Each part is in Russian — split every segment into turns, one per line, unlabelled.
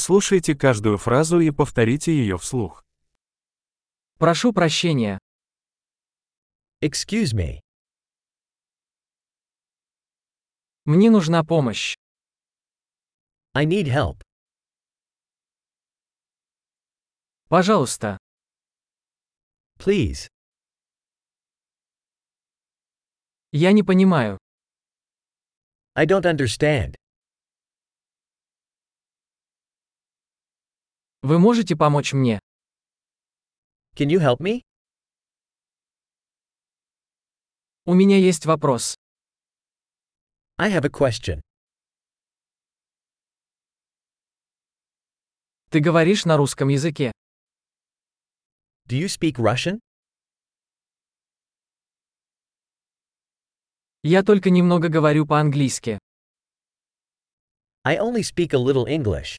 Прослушайте каждую фразу и повторите ее вслух.
Прошу прощения.
Excuse me.
Мне нужна помощь.
I need help.
Пожалуйста.
Please.
Я не понимаю.
I don't understand.
Вы можете помочь мне?
Can you help me?
У меня есть вопрос.
I have a question.
Ты говоришь на русском языке.
Do you speak Russian?
Я только немного говорю по-английски.
I only speak a little English.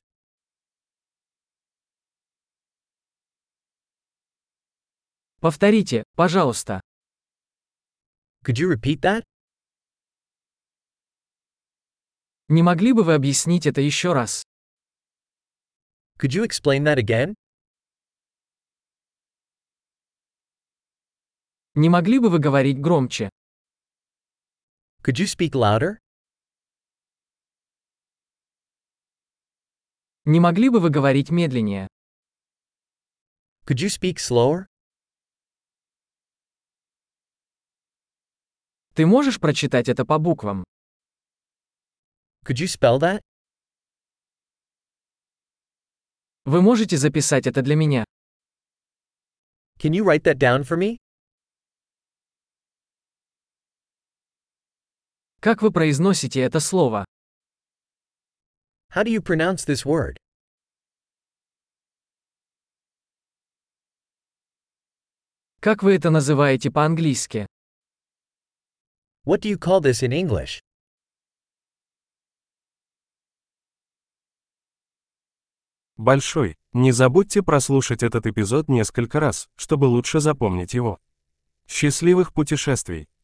Повторите, пожалуйста.
Could you repeat that?
Не могли бы вы объяснить это еще раз?
Could you explain that again?
Не могли бы вы говорить громче?
Could you speak louder?
Не могли бы вы говорить медленнее?
Could you speak slower?
Ты можешь прочитать это по буквам?
Could you spell that?
Вы можете записать это для меня?
Can you write that down for me?
Как вы произносите это слово?
How do you pronounce this word?
Как вы это называете по-английски?
What do you call this in English?
Большой. Не забудьте прослушать этот эпизод несколько раз, чтобы лучше запомнить его. Счастливых путешествий!